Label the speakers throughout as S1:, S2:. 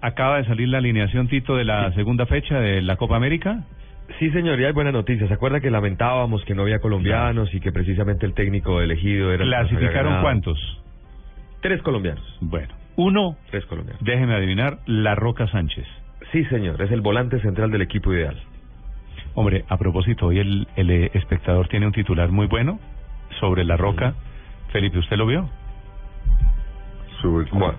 S1: Acaba de salir la alineación, Tito, de la segunda fecha de la Copa América.
S2: Sí, señor, y hay buenas noticias. ¿Se acuerda que lamentábamos que no había colombianos y que precisamente el técnico elegido era... el que nos había
S1: ¿Clasificaron
S2: ganado?
S1: cuántos?
S2: Tres colombianos.
S1: Bueno, uno,
S2: Tres colombianos.
S1: déjeme adivinar, La Roca Sánchez.
S2: Sí, señor, es el volante central del equipo ideal.
S1: Hombre, a propósito, hoy el, el eh, espectador tiene un titular muy bueno sobre La Roca. Felipe, ¿usted lo vio?
S3: Sobre
S2: Juan.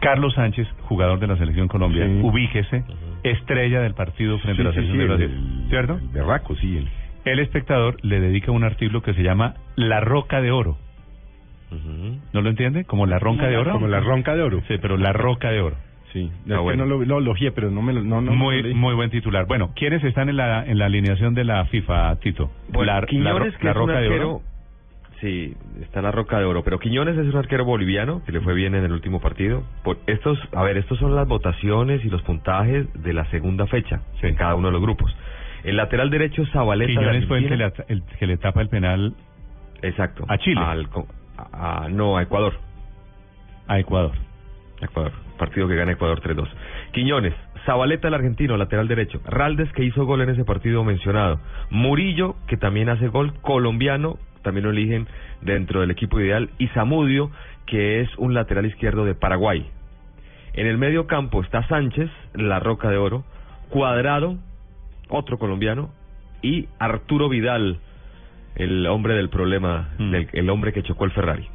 S1: Carlos Sánchez, jugador de la Selección Colombia,
S3: Sí.
S1: ubíquese, estrella del partido frente a la Selección de Brasil, ¿cierto?
S3: El berraco, sí. El...
S1: El espectador le dedica un artículo que se llama La Roca de Oro. ¿No lo entiende? Como la ronca de oro.
S3: Como la ronca de oro.
S1: Sí, pero la roca de oro.
S3: Sí.
S2: Ah,
S3: Es que
S2: bueno.
S3: No lo, lo elogié, pero no me lo... No, no me lo
S1: Muy
S3: leí.
S1: muy buen titular. Bueno, ¿quiénes están en la en la alineación de la FIFA, Tito?
S2: Bueno,
S1: la, la
S2: Quiñones,
S1: ro-
S2: que
S1: la
S2: es un
S1: roca de
S2: arquero,
S1: oro.
S2: Sí, está la roca de oro, pero Quiñones es un arquero boliviano que le fue bien en el último partido. Por estos, a ver, estos son las votaciones y los puntajes de la segunda fecha
S1: Sí.
S2: en cada uno de los grupos. El lateral derecho Zabaleta de
S1: Quiñones fue el que, le,
S2: Argentina.
S1: at- el que le tapa el penal
S2: Exacto.
S1: a Chile.
S2: Al co- a- a- no, a Ecuador.
S1: a Ecuador.
S2: Ecuador. Partido que gana Ecuador 3-2. Quiñones, Zabaleta el argentino, lateral derecho. Raldes que hizo gol en ese partido mencionado. Murillo que también hace gol. Colombiano, también lo eligen dentro del equipo ideal. Y Zamudio que es un lateral izquierdo de Paraguay. En el medio campo está Sánchez, la Roca de Oro. Cuadrado, otro colombiano. Y Arturo Vidal, el hombre del problema,
S1: Mm.
S2: del- el hombre que chocó el Ferrari.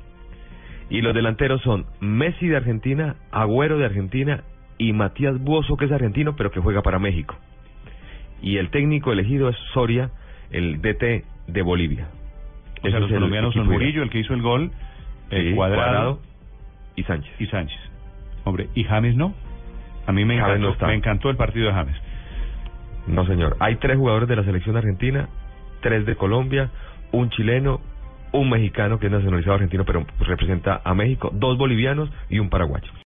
S2: Y los delanteros son Messi de Argentina, Agüero de Argentina y Matías Buoso, que es argentino, pero que juega para México. Y el técnico elegido es Soria, el DT de Bolivia.
S1: O sea,
S2: Ese
S1: los
S2: es el
S1: colombianos son
S2: equipo
S1: Murillo, el que hizo el gol,
S2: ideal.
S1: el
S2: Sí,
S1: cuadrado,
S2: eh, y Sánchez.
S1: y Sánchez. Hombre, ¿y James no? A mí me
S2: James
S1: encantó,
S2: no está.
S1: me encantó el partido de James.
S2: No, señor. Hay tres jugadores de la selección argentina, tres de Colombia, un chileno, un mexicano que es nacionalizado argentino, pero representa a México, dos bolivianos y un paraguayo.